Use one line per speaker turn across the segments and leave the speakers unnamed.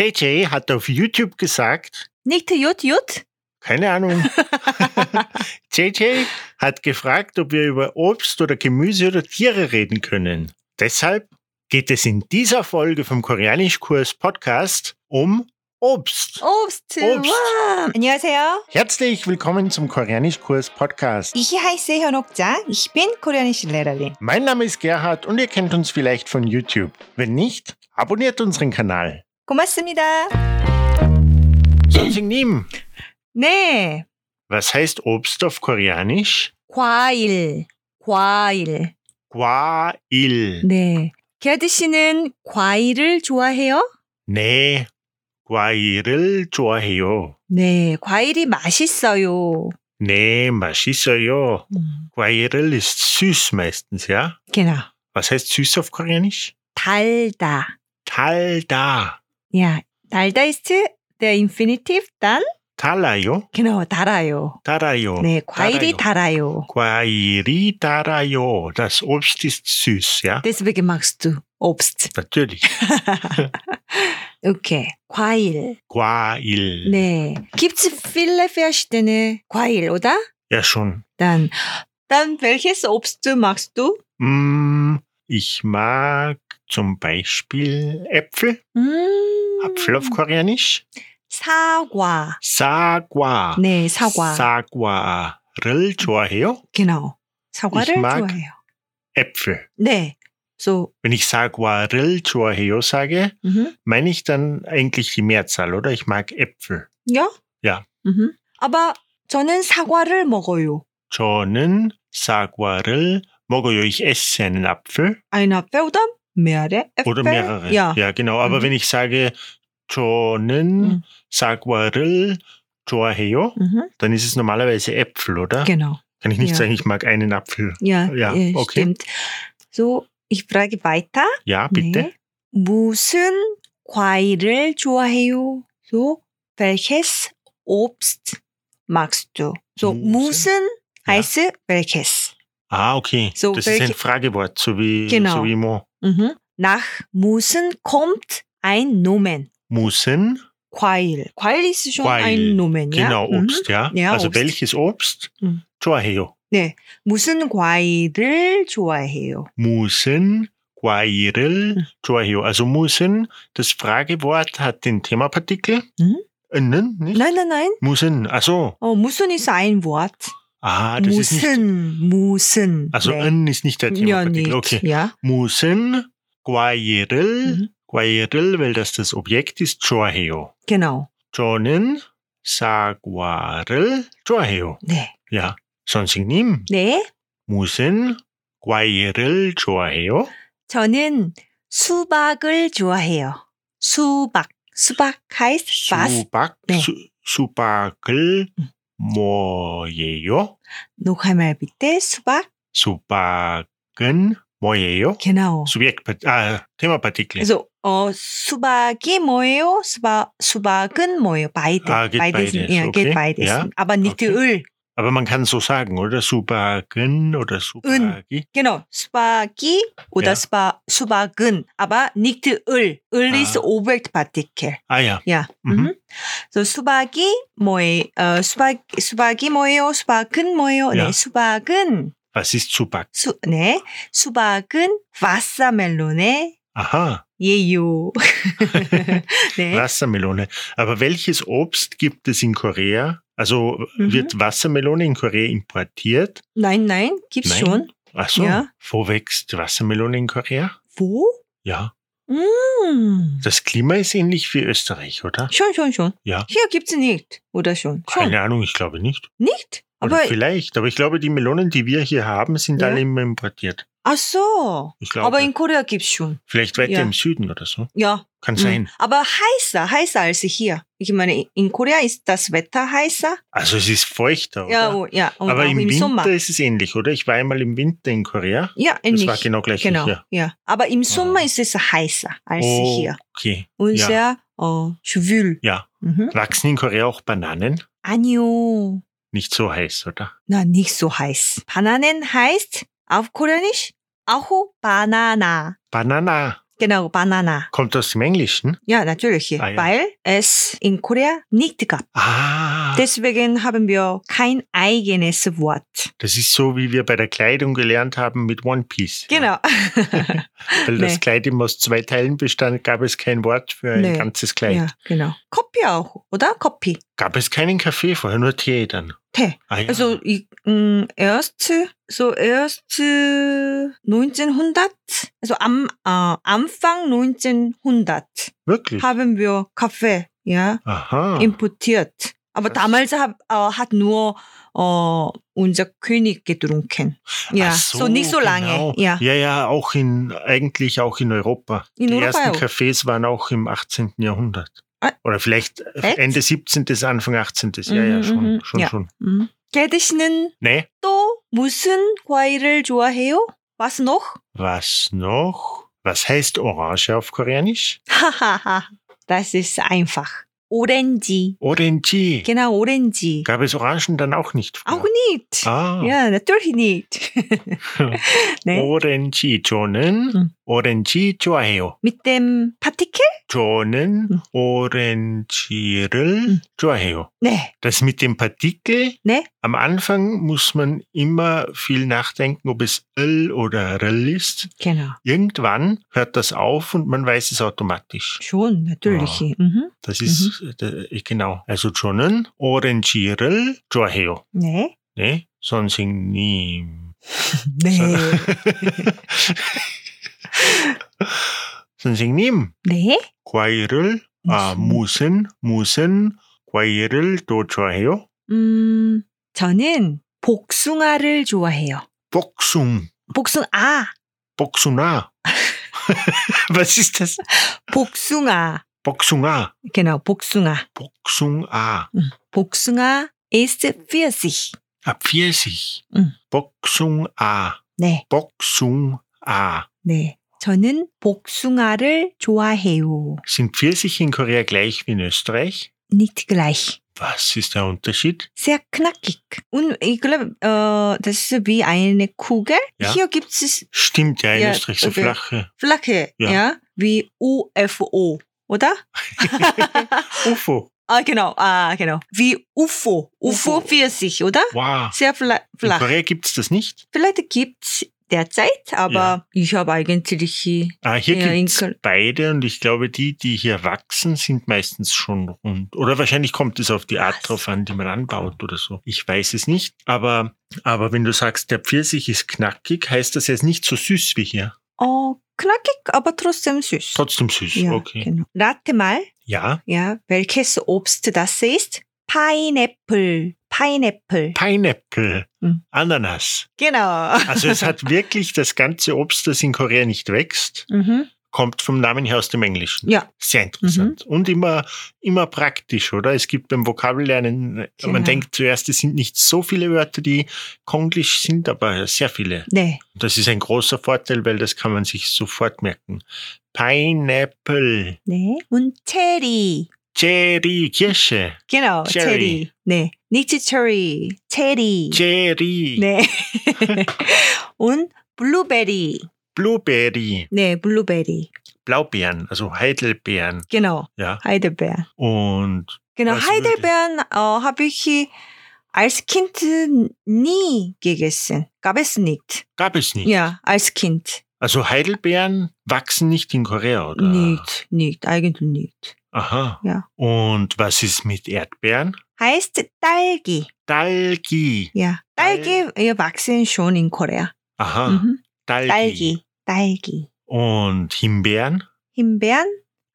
JJ hat auf YouTube gesagt,
Nicht jut jut?
keine Ahnung. JJ hat gefragt, ob wir über Obst oder Gemüse oder Tiere reden können. Deshalb geht es in dieser Folge vom Koreanischkurs Podcast um Obst.
Obst.
Obst.
와. 안녕하세요.
Herzlich willkommen zum Koreanischkurs Podcast.
Ich heiße 현옥자. Ich bin koreanische Lehrerin.
Mein Name ist Gerhard und ihr kennt uns vielleicht von YouTube. Wenn nicht, abonniert unseren Kanal.
고맙습니다.
Sonjing Nim,
네.
was heißt Obst auf Koreanisch?
과일. 과일.
Guail.
네. 게드 씨는 과일을 좋아해요?
Nee, guail을 좋아해요.
네. 과일이 맛있어요.
Nee, 맛있어요.
음.
Guairel ist süß meistens, ja?
Genau.
Was heißt süß auf Koreanisch?
달다.
Talda.
야, 달다 ist der Infinitiv 단.
Talayo?
Genau, 달아요.
Tarayo.
네, 과일이 달아요.
Guairi tarayo. Das Obst ist süß, ja?
Deswegen magst du Obst.
Natürlich.
Okay. 과일.
Guail.
네. Gibt's viele verschiedene 과일, oder?
Ja, schon.
Dann, dann welches Obst magst du?
Mm, ich mag zum Beispiel Äpfel.
음.
Apfel auf Koreanisch.
사과.
Sagwa.
네, 사과.
Sagwa. 를 좋아해요?
genau. 사과를
Ich mag-
좋아해요.
Äpfel.
네. So,
Wenn ich Saguaril Chuaheo sage,
mhm.
meine ich dann eigentlich die Mehrzahl, oder? Ich mag Äpfel.
ja?
Ja.
Mhm. Aber 저는 사과를 먹어요.
저는 Saguaril mogoyo, ich esse einen Apfel
Ein Apfel oder mehrere Äpfel?
oder mehrere.
Ja.
genau. Aber
Mhm.
wenn ich sage 저는
Mhm.
Saguaril Chuaheo,
Mhm.
dann ist es normalerweise Äpfel, oder?
Genau.
Kann ich nicht
Ja.
sagen, ich mag einen Apfel.
Ja,
Ja,
ja,
okay.
stimmt. So, ich frage weiter.
Ja, bitte.
네. 무슨 과일을 좋아해요? So, welches Obst magst du? So,
무슨?
무슨 heißt welches.
Ah, okay.
So,
das ist ein
welche-
Fragewort, so wie,
Genau.
so wie Mo.
Mhm. Nach 무슨 kommt ein Nomen.
Musen,
과일. 과일 ist schon
과일.
ein Nomen, ja?
genau,
Mhm.
Obst, ja.
Ja,
also
Obst.
welches Obst?
Mhm.
Chuaheo.
무슨 과일을 좋아해요?
Musen, Guairel, Joahio. Also Musen, das Fragewort hat den Themapartikel.
Mhm.
Äh, nein, nicht?
Nein, nein, nein.
Musen, also.
어, 무슨 ist ein Wort.
Ah, das ist nicht. 아,
무슨, 무슨.
Also
네.
n ist nicht der
ja,
Themapartikel.
nicht.
okay.
Ja.
Musen, Guairel,
Mhm.
Guairel, weil das das Objekt ist, Joahio.
Genau.
Jonen, Saguarel, Joahio.
네.
Ja. Sonst nim.
네.
Musen, Guairel, Joahio.
저는 수박을 좋아해요. 수박. 수박 heißt was?
수박,
네.
수, 수박을 뭐예요?
녹화말 밑에 수박.
수박은 뭐예요?
Genau.
Subjekt, ah, 아, 테마파티클.
그래서 어 수박이 뭐예요? 수박 수박은 뭐예요? 바이든.
아, geht beides.
예,
Okay.
get beides.
Ja.
Aber nicht
Okay.
을.
Aber man kann so sagen, oder? 수박은 oder 수박이.
Genau. 수박이 oder
Ja.
수박 수박은 aber nicht 을. 을
아.
is Oberpartikel.
아, ja.
야.
Mhm.
음. 그래서 수박이 뭐예요? 어, 수박 수박이 뭐예요? 수박은 뭐예요?
야.
네, 수박은
Was ist Subak?
수, 네. 수박은 와사멜론의
Aha,
예요. 네.
Wassermelone. Aber welches Obst gibt es in Korea? Also
Mhm.
wird Wassermelone in Korea importiert?
Nein, nein, gibt's
Nein.
schon.
Ach so.
Ja.
Wo wächst Wassermelone in Korea?
Wo?
Ja.
Hm.
Das Klima ist ähnlich wie Österreich, oder?
Schon, schon, schon.
Ja.
Hier gibt's nicht. Oder schon? Schon.
Keine Ahnung, ich glaube nicht.
Nicht?
Oder
Aber,
vielleicht, aber ich glaube, die Melonen, die wir hier haben, sind
Ja.
alle immer importiert.
ach so.
Ich
Aber
glaube,
in Korea gibt's schon.
vielleicht weiter
ja.
im Süden oder so.
Ja.
Kann
Mhm.
sein.
Aber heißer, heißer als hier. Ich meine, in Korea ist das Wetter heißer.
Also es ist feuchter,
Ja,
oder?
oh, ja. Und
aber
auch
im,
im,
Winter
Sommer.
ist es ähnlich, oder? Ich war einmal im Winter in Korea.
Ja,
Das
ähnlich.
war genau gleich
Genau,
hier.
ja. Aber im Sommer ist es heißer als hier.
Okay.
Und
Ja.
sehr äh, schwül.
Ja.
Mhm.
Wachsen in Korea auch Bananen?
아니요.
Nicht so heiß, oder?
Na, nicht so heiß. Bananen heißt auf Koreanisch auch Banana.
Banana.
Genau, Banana.
Kommt aus dem Englischen?
Ja, natürlich,
Ah, ja.
weil es in Korea nicht gab.
Ah,
Deswegen haben wir kein eigenes Wort.
das ist so, wie wir bei der Kleidung gelernt haben mit One Piece.
Genau.
Weil
nee.
das Kleid immer aus zwei Teilen bestand, gab es kein Wort für ein
Nee.
ganzes Kleid.
ja, genau. Kaffee auch, oder? Kaffee.
Gab es keinen Kaffee vorher, nur Tee dann?
Tee.
Ah, ja.
Also ich, mh, erst so erst äh, 1900, also am äh, Anfang 1900
Wirklich?
haben wir Kaffee, ja,
Aha.
importiert. Aber
Das-
damals hab, äh, hat nur äh, unser König getrunken. Ja,
Ach
so, nicht so lange.
genau.
Ja,
ja, ja, auch in, eigentlich auch in Europa.
In
Die
Europa
ersten
auch.
Cafés waren auch im 18. Jahrhundert.
Ah.
Oder vielleicht äh,
Echt?
Ende 17., Anfang 18. Ja, ja,
Mhm,
schon,
mhm.
schon,
Ja.
schon.
음. 게드 씨는
Nee,
또 무슨 과일을 좋아해요? Was noch?
was noch? Was heißt Orange auf Koreanisch?
Hahaha. das ist einfach. Orange.
Orange.
Genau, Orange.
Gab es Orangen dann auch nicht? früher?
Auch nicht.
Ah,
Ja, natürlich nicht. ne?
Orange Jonen,
Mhm.
Orange Joaheo.
Mit dem Partikel?
Jonen,
Mhm.
Orangirl
Mhm.
Joaheo.
Nee.
Das mit dem Partikel
Ne?
Am Anfang muss man immer viel nachdenken, ob es L oder RL ist.
Genau.
Irgendwann hört das auf und man weiß es automatisch.
Schon, natürlich. Mhm.
Das ist äh, genau. Also Jonnen, Orangirl, Joaheo.
Nee.
Ne? Sonst nie.
네.
선생님,
네.
과일을 아, 무슨 무슨 과일을 더 좋아해요?
음, 저는 복숭아를 좋아해요.
복숭,
복숭아.
복숭아. Was ist das?
복숭아.
복숭아,
Genau, 복숭아.
복숭아.
복숭아 ist Pfirsich.
Ah, Pfirsich.
Mhm.
복숭아.
네.
복숭아.
네. 저는 복숭아를 좋아해요.
Sind Pfirsiche in Korea gleich wie in Österreich?
Nicht gleich.
Was ist der Unterschied?
Sehr knackig. Und ich glaube, äh, das ist wie eine Kugel.
Ja.
Hier gibt es
Stimmt, ja, in
Ja,
Österreich so
okay.
flache.
flache,
Ja.
ja. wie UFO, oder?
UFO.
ah, genau, ah, genau. Wie UFO.
UFO.
UFO 40, oder?
Wow.
Sehr fla
In
flach.
Korea gibt's das nicht?
Vielleicht gibt's derzeit, aber
Ja.
ich habe eigentlich
Ah, hier
Ja, in
gibt's
Kol-
beide und ich glaube, die, die hier wachsen, sind meistens schon rund. Oder wahrscheinlich kommt es auf die Art
Was?
drauf an, die man anbaut oder so. Ich weiß es nicht. Aber, aber wenn du sagst, der Pfirsich ist knackig, heißt das jetzt nicht so süß wie hier.
oh, knackig, aber trotzdem süß.
Trotzdem süß,
ja,
okay.
genau. Rate mal,
Ja,
Ja, welches Obst das ist? Pineapple. Pineapple.
Pineapple,
Mhm.
Ananas.
Genau.
Also es hat wirklich das ganze Obst, das in Korea nicht wächst,
Mhm.
kommt vom Namen her aus dem Englischen.
Ja.
Sehr interessant.
Mhm.
Und immer, immer praktisch, oder? Es gibt beim Vokabellernen,
Genau.
man denkt zuerst, es sind nicht so viele Wörter, die konglisch sind, aber sehr viele.
Nee.
Das ist ein großer Vorteil, weil das kann man sich sofort merken. Pineapple,
Nee. Und Cherry.
Cherry, Kirsche,
Genau,
Cherry.
Cherry. Nee. Nicht Cherry. Cherry.
Cherry,
nee. Und Blueberry.
Blueberry,
Nee, Blueberry.
Blaubeeren, also Heidelbeeren.
Genau,
Ja,
Heidelbeeren.
und
Genau,
Was würde-
Heidelbeeren äh, habe ich als Kind nie gegessen. Gab es nicht.
gab es nicht.
Ja, als Kind.
Also Heidelbeeren wachsen nicht in Korea, oder?
Nicht, nicht, eigentlich nicht.
Aha.
Ja.
Und was ist mit Erdbeeren?
heißt Dalgi.
Dalgi.
Ja,
Dal-
Dalgi wir wachsen schon in Korea.
Aha,
Mhm.
Dalgi.
Dalgi, Dalgi.
Und Himbeeren?
Himbeeren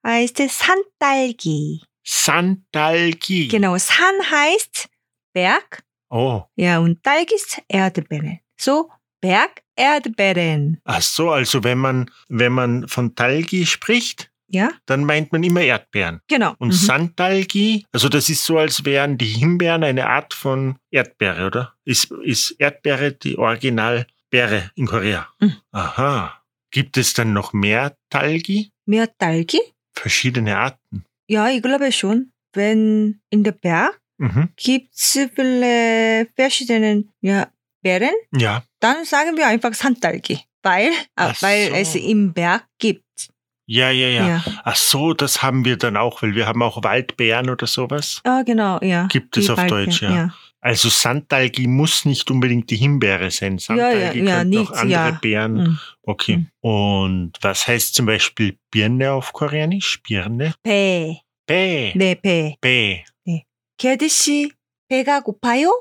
heißt Sandalgi.
Sandalgi.
Genau, San heißt Berg.
Oh,
Ja, und Dalgi ist Erdbeeren. So, Berg, Erdbeeren.
ach so, also wenn man, wenn man von Dalgi spricht,
Ja,
dann meint man immer Erdbeeren.
genau.
Und Sandalgi, also das ist so, als wären die Himbeeren eine Art von Erdbeere, oder? Ist, ist Erdbeere die Originalbeere in Korea?
Mhm.
Aha. Gibt es dann noch mehr Dalgi?
Mehr Dalgi?
Verschiedene Arten.
Ja, ich glaube schon. Wenn in der Berg
Mhm.
gibt es viele verschiedene ja, Beeren,
Ja,
dann sagen wir einfach Sanddalgi, weil, äh,
Ach
weil
so.
es im Berg gibt.
Ja, ja, ja,
Ja.
Ach so, das haben wir dann auch, weil wir haben auch Waldbären oder sowas.
Ah, genau, ja.
Gibt es
Die
auf Deutsch, ja.
ja.
Also Sandalgi muss nicht unbedingt die Himbeere sein.
ja,
Sandalgi
ja,
können auch
nicht,
andere
ja.
Beeren.
Mhm.
Okay. Und was heißt zum Beispiel Birne auf Koreanisch? Birne?
배.
Bä.
네, 배.
Bä.
개드씨, 배가 고파요?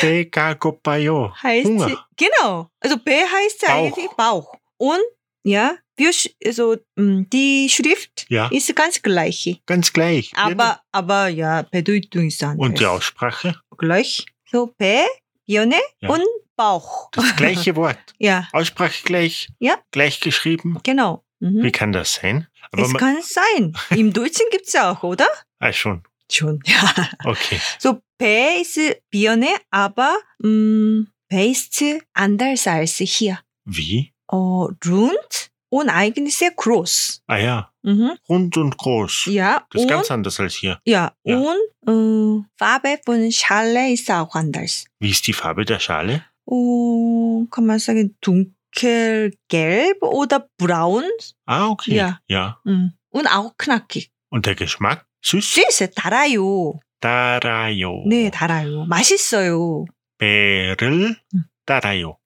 Begagobayo.
heißt
Hunger.
sie- genau. Also B heißt ja
Bauch.
eigentlich Bauch. Und ja, wir, sch- also ähm, die Schrift
Ja,
ist ganz gleich.
ganz gleich. Birne.
Aber aber ja, Bedeutung ist anders.
Und die Aussprache?
gleich. So B, Birne
Ja.
und Bauch.
Das gleiche Wort.
Ja,
Aussprache gleich.
Ja.
Gleich geschrieben.
genau. Mhm.
Wie kann das sein? Aber
Es
man,
kann sein. Im Deutschen gibt's ja auch, oder?
ah, schon.
Schon. Ja.
Okay.
So B ist Birne, aber 음, B ist anders als hier.
Wie?
어, rund und eigentlich sehr groß.
Ah ja,
Mhm.
rund und groß.
Ja,
Das ist
und,
ganz anders als hier.
ja,
ja.
und äh, Farbe von Schale ist auch anders.
Wie ist die Farbe der Schale?
Oh, kann man sagen, dunkelgelb oder braun?
Ah, okay.
Ja.
ja.
음. und auch knackig.
Und der Geschmack? Süß?
süß, 달아요.
Darayo.
네, 달아요. 맛있어요.
Berl.
Hm.
Darayo.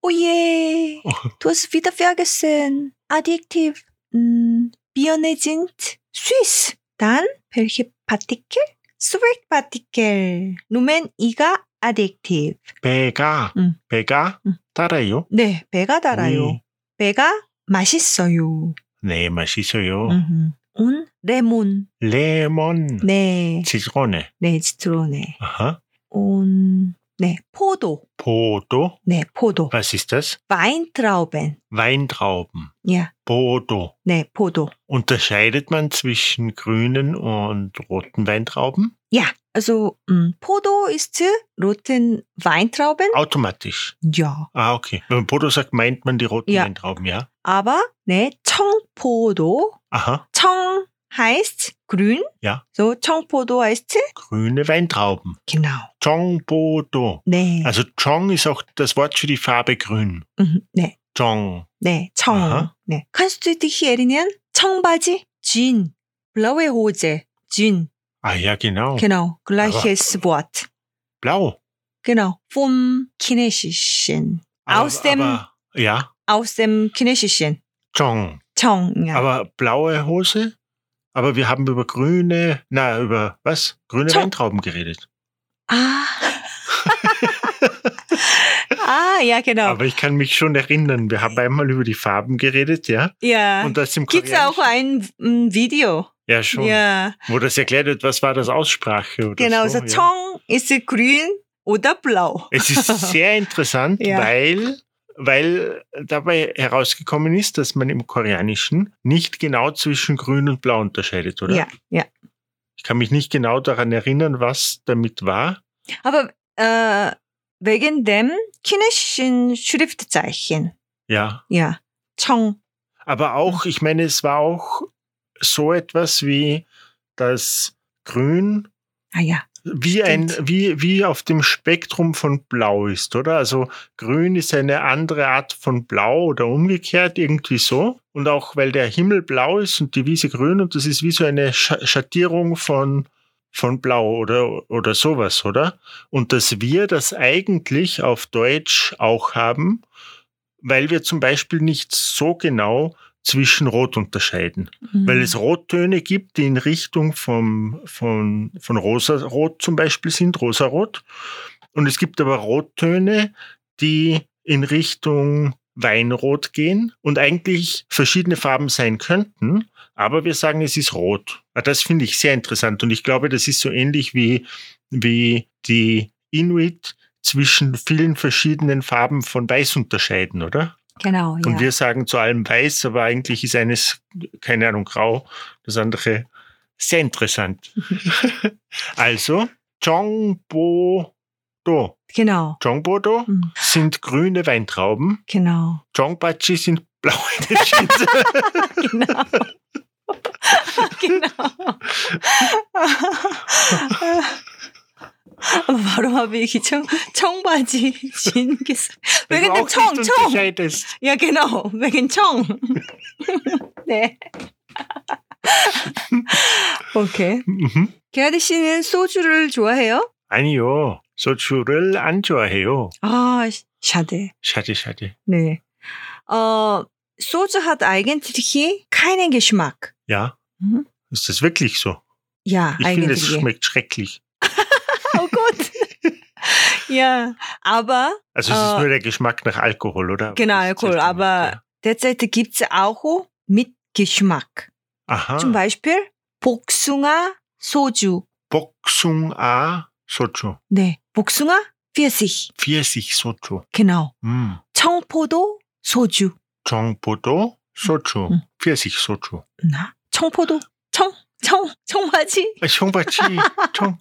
오예. Du hast wieder vergessen. Adjektiv. 음, Birne sind süß. Dann, welche Partikel? Sweet Partikel. Numen 2가 Adjektiv.
Bega.
응.
Bega.
응.
Darayo.
네, 배가 달아요.
음.
배가 맛있어요.
Nee, 맛있어요.
음흠. 온 레몬.
Lemon.
네,
Zitrone.
네, 지트로네.
Aha.
온 네, 포도.
Bodo.
네, 포도.
Was ist das?
와인트라우벤.
Weintrauben.
야,
Bodo.
네, 포도.
Unterscheidet man zwischen grünen und roten Weintrauben?
야, also 음, 포도 ist roten Weintrauben.
Automatisch.
Ja,
Ah, okay. Wenn man Bodo sagt, meint man die roten
Ja.
Weintrauben, ja?
aber 네, 청포도.
Aha.
청 heißt grün.
Ja.
So 청포도 heißt
Grüne Weintrauben.
genau.
Chongbodo.
네,
Also Chong ist auch das Wort für die Farbe grün.
음, 네.
Chong.
네, 청.
아하.
네. 칸스트리트 히에리는 청바지, 진, 블라우의 호재, 진,
Ah ja, genau.
genau, 글라이헤스 보아트,
Blau.
genau, 폼 키네시신,
Aber-
Aus dem-
aber- ja,
아우셈 키네시신,
Chong.
청, ja.
Aber blaue Hose? Aber wir haben über grüne, na, über was? Grüne
Chong.
Weintrauben geredet.
아. 아, ja, genau.
Aber ich kann mich schon erinnern, wir haben einmal über die Farben geredet, ja?
Ja.
Und das im
Gibt's auch
Koreanischen-
ein 음, Video?
Ja, schon.
Ja,
Wo das erklärt wird, was war das Aussprache oder
genau.
so.
So,
ja.
청 ist grün oder blau.
Es ist sehr interessant,
Ja.
weil, weil dabei herausgekommen ist, dass man im Koreanischen nicht genau zwischen grün und blau unterscheidet, oder?
Ja, ja.
Ich kann mich nicht genau daran erinnern, was damit war.
Aber äh, wegen dem chinesischen Schriftzeichen.
Ja,
Ja. Chong.
Aber
Mhm.
auch, ich meine, es war auch so etwas wie das Grün,
Ah ja.
wie ein,
Stimmt.
wie, wie auf dem Spektrum von Blau ist, oder? Also Grün ist eine andere Art von Blau oder umgekehrt, irgendwie so. Und auch, weil der Himmel blau ist und die Wiese grün und das ist wie so eine Scha- Schattierung von, von Blau oder, oder sowas, oder? Und dass wir das eigentlich auf Deutsch auch haben, weil wir zum Beispiel nicht so genau zwischen Rot unterscheiden weil
Mhm.
es Rottöne gibt, die in Richtung vom, von, von Rosarot zum Beispiel sind, Rosarot. Und es gibt aber Rottöne, die in Richtung Weinrot gehen und eigentlich verschiedene Farben sein könnten, aber wir sagen, es ist rot. Ah, Das finde ich sehr interessant und ich glaube, das ist so ähnlich wie, wie die Inuit zwischen vielen verschiedenen Farben von Weiß unterscheiden, oder?
genau, ja.
Und wir sagen zu allem weiß, aber eigentlich ist eines, keine Ahnung, grau, das andere sehr interessant. also, Chongbodo.
genau,
Chongbodo
Mhm.
sind grüne Weintrauben,
genau,
Chongbachi sind blaue Jeans.
genau. genau. Aber warum habe wegen Chongbaji Jin gesagt. Wegen dem
Wenn du auch
Chong,
nicht
Chong.
unterscheidest.
Ja, genau. Wegen Chong. 네. 오케이.
Mhm.
개아리 씨는 소주를 좋아해요?
아니요. 소주를 안 좋아해요.
아, 샤데.
샤디 샤디.
네. 어, 소주 hat eigentlich keinen Geschmack.
Ja.
Mhm.
Ist das wirklich so?
Ja,
Ich finde, es
eigentlich.
schmeckt schrecklich.
Oh Gott. ja, aber
Also es ist
Äh,
nur der Geschmack nach Alkohol, oder?
genau,
Das ist
Alkohol,
seltsam,
aber-
ja.
derzeit gibt es auch mit Geschmack. Zum
Aha.
Beispiel 복숭아 소주.
Boxung A Socho.
네, 복숭아 Pfirsich.
Pfirsich Socho.
Genau.
Mm.
청포도 소주.
Chongbodo Socho.
Mhm.
Pfirsich Socho.
나 청포도 청, 청, 청바지.
Äh, Chongbachi. Chong,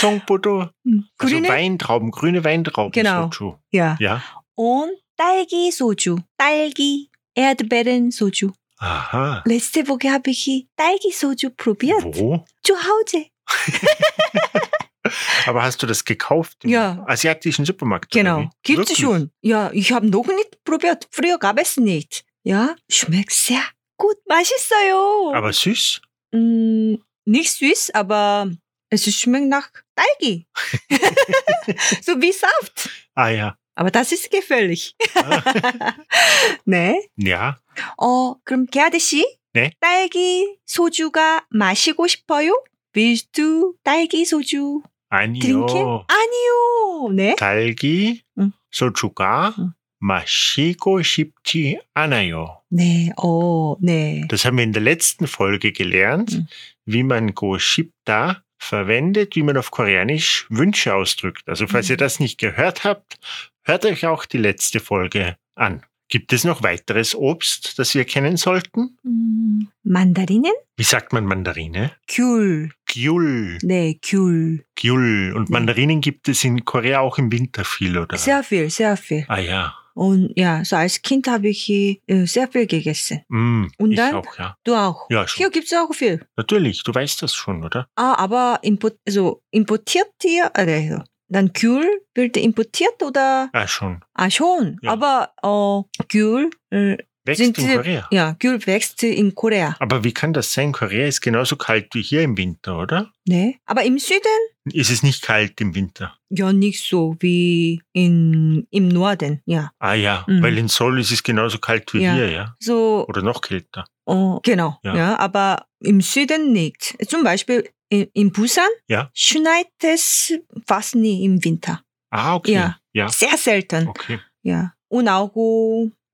Chongbodo.
음,
Also
그린에
Weintrauben, grüne Weintrauben
Genau.
Socho.
야.
Ja.
온 딸기 소주. 딸기 에드베른 소주.
Aha.
Letzte Woche habe ich 딸기 소주 probiert.
Wo?
Zu Hause.
Aber hast du das gekauft? im
Ja.
Asiatischen Supermarkt. oder
Genau.
wie?
Gibt es
Wirklich?
schon. Ja, ich habe noch nicht probiert. Früher gab es nicht. Ja, schmeckt sehr gut. 맛있어요.
Aber süß.
음, nicht süß, aber es schmeckt nach Algi. so wie Saft.
Ah ja.
Aber das ist gefährlich.
Ah,
네.
ja.
어, 그럼 개아드 씨.
네.
딸기 소주가 마시고 싶어요? Willst du 딸기 소주 trinken?
Anio.
아니요. 네.
달기,
응.
소주가,
응.
마시고 싶지 않아요.
네. 어, 네.
Das haben wir in der letzten Folge gelernt,
Mhm.
wie man go shipta verwendet, wie man auf Koreanisch Wünsche ausdrückt. Also falls
Mhm.
ihr das nicht gehört habt, hört euch auch die letzte Folge an. Gibt es noch weiteres Obst, das wir kennen sollten?
음, 만다린은
Wie sagt man Mandarine?
귤.
Gyul.
네, 귤.
Gyul. Und
Mhm.
Mandarinen gibt es in Korea auch im Winter viel, oder?
Sehr viel, sehr viel.
Ah ja.
Und ja, so als Kind habe ich äh, sehr viel gegessen.
Mm,
Und
ich
dann-
auch, ja.
Du auch.
Ja, schon.
Hier gibt es auch viel.
Natürlich, du weißt das schon, oder?
Ah, aber import, also importiert hier, also dann 귤 wird importiert oder?
Ah, schon.
Ah, schon.
Ja.
Aber äh, 귤, äh,
Wächst
Sind
in
sie-
Korea.
ja, 귤 wächst in Korea.
Aber wie kann das sein? Korea ist genauso kalt wie hier im Winter, oder?
Ne? Aber im Süden
Ist es nicht kalt im Winter?
ja nicht so wie in, im Norden, ja.
Ah ja,
Mhm.
weil in Seoul ist es genauso kalt wie
Ja.
hier, ja?
So,
Oder noch kälter.
äh, genau,
Ja.
ja. aber im Süden nicht. Zum Beispiel in, in Busan
Ja.
schneit es fast nie im Winter.
Ah, okay.
Ja.
ja.
Sehr selten.
Okay.
Ja. Und auch,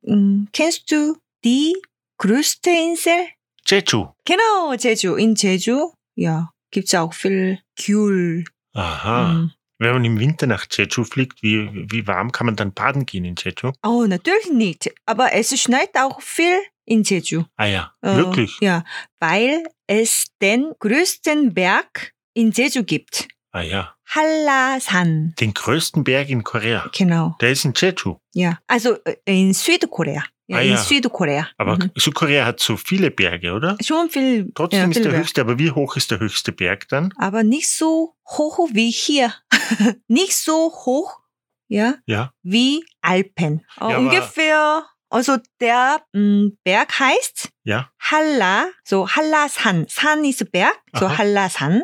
ähm, kennst du die größte Insel?
Jeju.
Genau, Jeju. 어, In Jeju, ja, gibt's auch viel Gyul.
Aha.
Mhm.
Wenn man im Winter nach Jeju fliegt, wie, wie warm kann man dann baden gehen in Jeju?
Oh, natürlich nicht. Aber es schneit auch viel in Jeju.
Ah ja,
Äh,
wirklich?
Ja, weil es den größten Berg in Jeju gibt.
Ah ja.
Hallasan.
Den größten Berg in Korea.
Genau,
Der ist in Jeju.
ja. Also äh, in Südkorea. Ja,
Ah,
in
ja.
Südkorea.
Aber
Mhm.
Südkorea hat so viele Berge, oder?
Schon viel.
Trotzdem
ja,
ist
viel
der
Berg.
höchste, aber wie hoch ist der höchste Berg dann?
aber nicht so hoch wie hier. nicht so hoch, ja,
Ja.
wie Alpen.
Ja,
Äh,
aber-
ungefähr, also der mm, Berg heißt
Ja.
Halla, so Hallasan. San ist Berg, so
Aha.
Hallasan.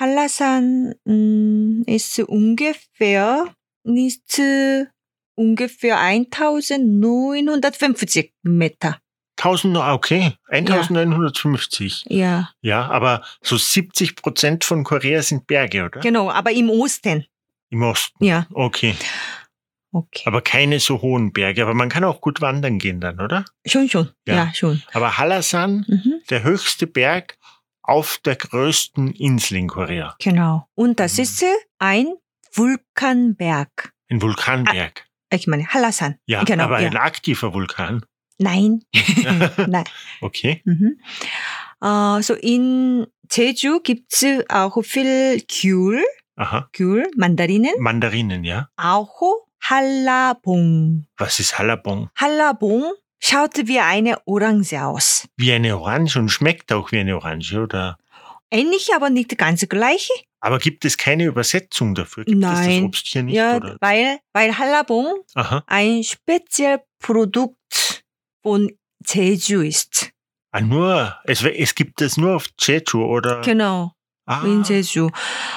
Hallasan mm, ist ungefähr, nicht äh, ungefähr 1950 Meter.
1000, ah, okay, 1950.
Ja,
Ja, aber so 70 Prozent von Korea sind Berge, oder?
genau, aber im Osten.
Im Osten.
Ja,
Okay,
okay.
aber keine so hohen Berge. Aber man kann auch gut wandern gehen dann, oder?
schon, schon.
Ja.
ja schon.
Aber Hallasan,
Mhm.
der höchste Berg auf der größten Insel in Korea.
Genau. Und das
Mhm.
ist ein Vulkanberg.
Ein Vulkanberg.
Ich meine, Hallasan.
ja,
Ah, genau,
aber
ja.
ein aktiver Vulkan.
Nein. Nein.
okay.
Mhm. Äh, so in Jeju gibt's äh, auch viel Gyul,
Aha.
Gyul, Mandarinen,
Mandarinen, ja.
auch Hallabong.
Was ist Hallabong?
Hallabong schaut wie eine Orange aus.
Wie eine Orange und schmeckt auch wie eine Orange, oder?
Ähnlich, aber nicht ganz gleich.
Aber gibt es keine Übersetzung dafür? Gibt es das
Nein.
Obst hier nicht?
Ja,
oder?
weil, weil Hallabong
Aha.
ein Spezialprodukt von Jeju ist.
Ah, nur, es, we- es gibt es nur auf Jeju oder?
Genau,
ah,
in Jeju.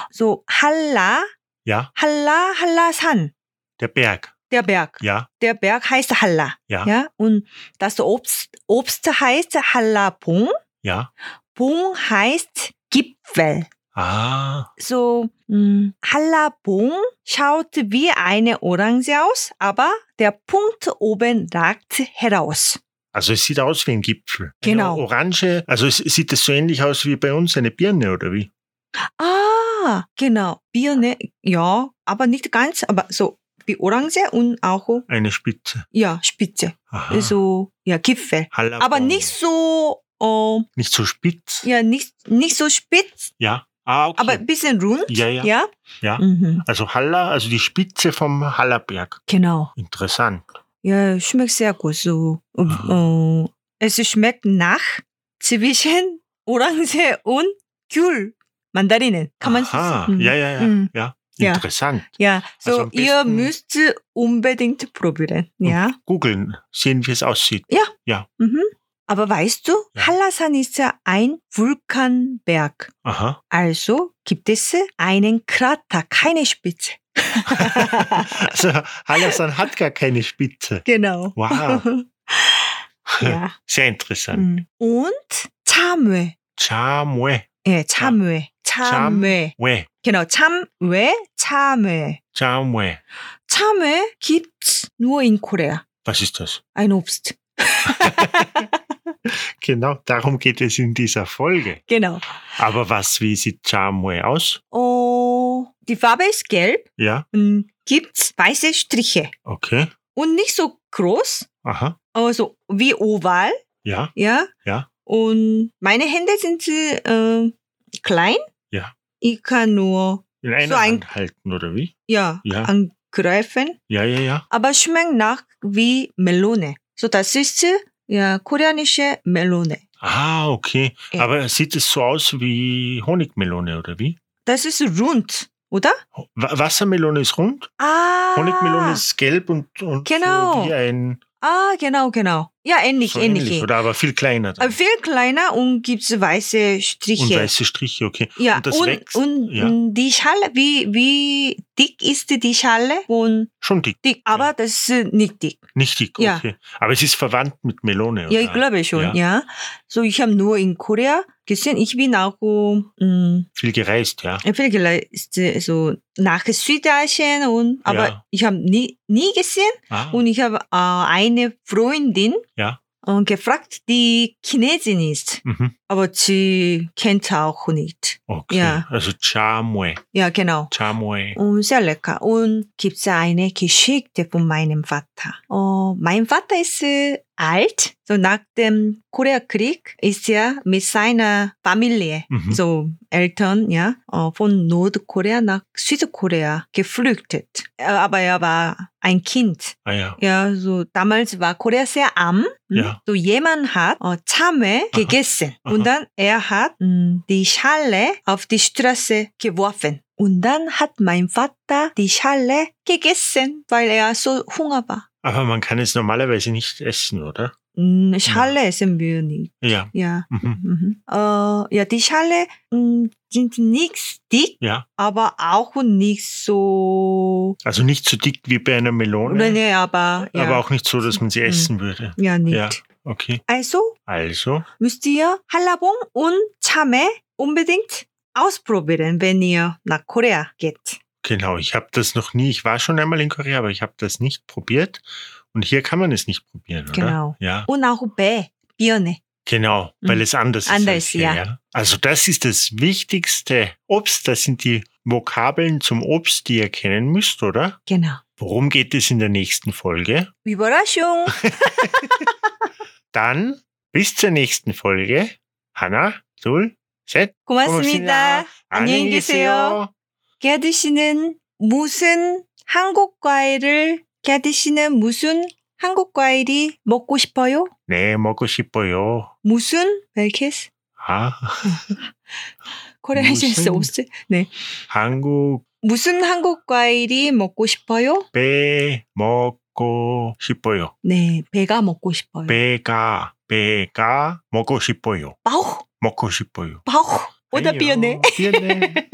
So, Halla,
Ja,
Halla, Hallasan,
der Berg.
der Berg.
Ja,
Der Berg heißt Halla.
Ja.
ja und das Obst, Obst heißt Hallabong.
ja.
봉 heißt Gipfel.
Ah,
So, 음, Hallabong schaut wie eine Orange aus, aber der Punkt oben ragt heraus.
also es sieht aus wie ein Gipfel.
Genau.
Eine Orange, also es, sieht es so ähnlich aus wie bei uns eine Birne oder wie?
Ah, genau. Birne, ja, aber nicht ganz, aber so wie Orange und auch,
Eine Spitze.
ja, Spitze.
Aha.
So, ja, Gipfel.
Halabong.
Aber nicht so, äh,
Nicht so spitz.
ja, nicht, nicht so spitz,
Ja. Ah, okay.
aber ein bisschen rund.
Ja, ja.
Ja?
Ja.
Mhm,
also Halla, also die Spitze vom Hallaberg.
genau.
Interessant.
Ja, schmeckt sehr gut. So, äh,
Aha.
äh, es schmeckt nach zwischen Orange und Gül. Mandarinen. Kann man
Aha.
so-
Ja, ja, ja.
Mhm.
ja.
Ja.
Interessant.
Ja, so
Also am
ihr
besten-
müsst unbedingt probieren.
Mhm.
Ja.
Googeln, sehen, wie es aussieht.
Mhm. Aber weißt du,
Ja.
Hallasan ist ja ein Vulkanberg.
Aha.
Also gibt es einen Krater, keine Spitze.
Also Hallasan hat gar keine Spitze.
Genau.
Wow.
ja.
Sehr interessant.
Mhm. Und Chamwe.
Chamwe.
예, 참외. 참외.
We.
genau, 참외, 참외.
Chamwe.
참외 gibt's nur in Korea.
Was ist das?
Ein Obst.
Genau, darum geht es in dieser Folge.
Genau.
Aber was, wie sieht Chamwe aus?
Oh, die Farbe ist gelb
Ja,
und gibt's weiße Striche.
okay.
Und nicht so groß,
Aha.
also wie oval,
Ja,
ja?
Ja.
Und meine Hände sind äh, klein.
Ja.
Ich kann nur,
in einer
So ein-
Hand halten, oder wie?
ja,
Ja.
angreifen.
Ja, ja, ja.
aber schmeckt nach wie Melone. So, das ist ja koreanische Melone.
Ah, okay.
Ja.
Aber sieht es so aus wie Honigmelone, oder wie?
Das ist rund, oder?
Ho- Wa- Wassermelone ist rund,
Ah,
Honigmelone ist gelb und, und
Genau.
so wie ein
Ah, genau, genau. Ja, ähnlich,
so
ähnlich.
ähnlich, oder aber viel kleiner. dann.
Aber viel kleiner und gibt es weiße Striche.
und weiße Striche, okay.
ja,
und das wächst,
und
ja.
die Schale, wie, wie dick ist die Schale? Und
Schon dick,
dick, aber das ist nicht dick.
nicht dick,
Ja.
okay. Aber es ist verwandt mit Melone,
Ja,
oder?
ich glaube schon,
Ja.
ja. So, ich habe nur in Korea gesehen, ich bin auch ähm,
Viel gereist, ja.
Vielleicht so nach Südasien und aber
Ja.
ich habe nie, nie gesehen
Ah,
und ich habe äh, eine Freundin
Ja.
äh, gefragt, die Chinesin ist,
mhm.
aber sie kennt auch nicht.
Okay,
Ja.
also Chamwe,
Ja, genau.
Chamwe.
Und sehr lecker. Und gibt es eine Geschichte von meinem Vater. Äh, mein Vater ist äh, alt. So nach dem Koreakrieg ist er mit seiner Familie
Mhm.
so Eltern ja 어, von Nordkorea nach Südkorea geflüchtet. Äh, Aber er war ein Kind.
Ah ja,
Ja, so damals war Korea sehr arm. 음?
Ja.
So jemand hat 어, Chame gegessen
Aha.
und dann er hat 음, die Schale auf die Straße geworfen. Und dann hat mein Vater die Schale gegessen, weil er so Hunger war.
aber man kann es normalerweise nicht essen, oder?
음, Hm, Schale essen wir nicht.
Ja,
Ja.
mhm.
Mhm. Äh, ja, die Schale 음, sind nicht dick,
ja.
aber auch nicht so.
Also nicht so dick wie bei einer Melone,
Oder nee, aber. Ja, Mhm.
aber auch nicht so, dass man sie essen würde.
ja nicht.
Ja, okay.
Also
Also,
müsst ihr Hallabong und Chame unbedingt ausprobieren, wenn ihr nach Korea geht.
genau, ich habe das noch nie, ich war schon einmal in Korea, aber ich habe das nicht probiert. Und hier kann man es nicht probieren, oder?
Genau.
Ja,
Und auch B, Birne.
genau, weil
Mhm.
es anders,
Anders,
ist. als hier,
ja.
Also das ist das wichtigste Obst, das sind die Vokabeln zum Obst, die ihr kennen müsst, oder?
Genau.
Worum geht es in der nächsten Folge?
Überraschung.
Dann bis zur nächsten Folge. 하나, 둘, 셋.
고맙습니다. 안녕히 계세요. 게드 씨는 무슨 한국 과일을 게드 씨는 무슨 한국 과일이 먹고 싶어요?
네, 먹고 싶어요.
무슨 멜케스?
아,
코리안식
무슨-
소스. 네.
한국
무슨 한국 과일이 먹고 싶어요?
배 먹고 싶어요.
네, 배가 먹고 싶어요.
배가 배가 먹고 싶어요.
바우,
먹고 싶어요.
바우. 오다
아니요,
비었네.
비었네.